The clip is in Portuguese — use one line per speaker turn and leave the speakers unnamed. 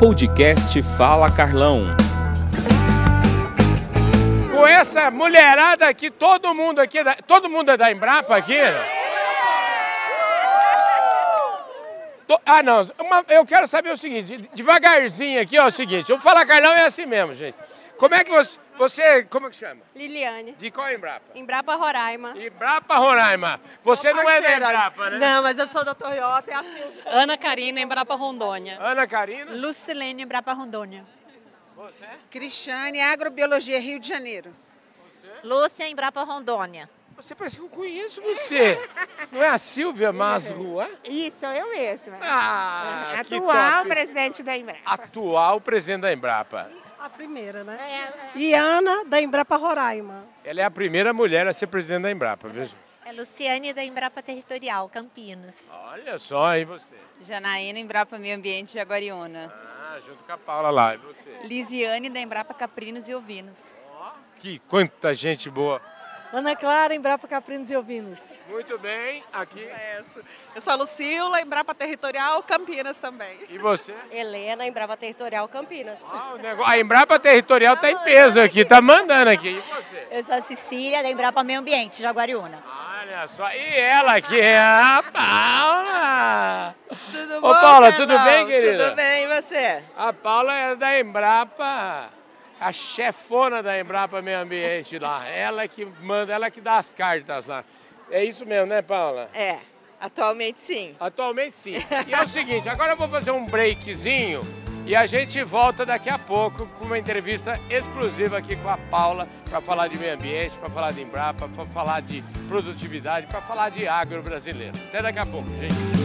podcast Fala Carlão.
Com essa mulherada aqui, todo mundo aqui, é da- todo mundo é da Embrapa aqui? To- Ah, não. uma- eu quero saber o seguinte, devagarzinho aqui, ó, o seguinte. O Fala Carlão é assim mesmo, gente. Como é que você, você como é que chama?
Liliane,
De qual Embrapa?
Embrapa Roraima.
Embrapa Roraima. Você não é da
parceira.
Embrapa, né?
Não, mas eu sou da Toyota, é a Silvia.
Ana Karina, Embrapa Rondônia.
Ana Karina?
Lucilene Brapa Rondônia.
Cristiane, é Agrobiologia, Rio de Janeiro.
Lúcia Embrapa Rondônia.
Você parece que eu conheço você. Não é a Silvia Masrua?
Isso, eu mesma. É,
Ah, que
Atual
top.
presidente da Embrapa.
Atual presidente da Embrapa.
A primeira, né?
É,
E Ana, da Embrapa Roraima.
Ela é a primeira mulher a ser presidente da Embrapa, veja.
É Luciane da Embrapa Territorial, Campinas.
Olha só, e você?
Janaína, Embrapa Meio Ambiente de Aguariúna.
Ah, junto com a Paula lá, e você?
Lisiane, da Embrapa Caprinos e Ovinos.
Que quanta gente boa.
Ana Clara, Embrapa Caprinos e Ovinos.
Muito bem, aqui.
Eu sou a Lucila, Embrapa Territorial, Campinas também.
E você?
Helena, Embrapa Territorial, Campinas.
Ah, o negócio- A Embrapa Territorial tá em peso aqui, tá mandando aqui. E você?
Eu sou a Cecília da Embrapa Meio Ambiente, Jaguariúna.
Olha só, e ela aqui é a Paula.
Ah. Tudo
Ô, Paula, tudo bem, querida?
Tudo bem, e você?
A Paula é da Embrapa, a chefona da Embrapa Meio Ambiente lá. Ela que manda, ela que dá as cartas lá. É isso mesmo, né, Paula?
É, atualmente sim.
Atualmente sim. E é o seguinte, agora eu vou fazer um breakzinho e a gente volta daqui a pouco com uma entrevista exclusiva aqui com a Paula para falar de meio ambiente, para falar de Embrapa, para falar de produtividade, para falar de agro brasileiro. Até daqui a pouco, gente.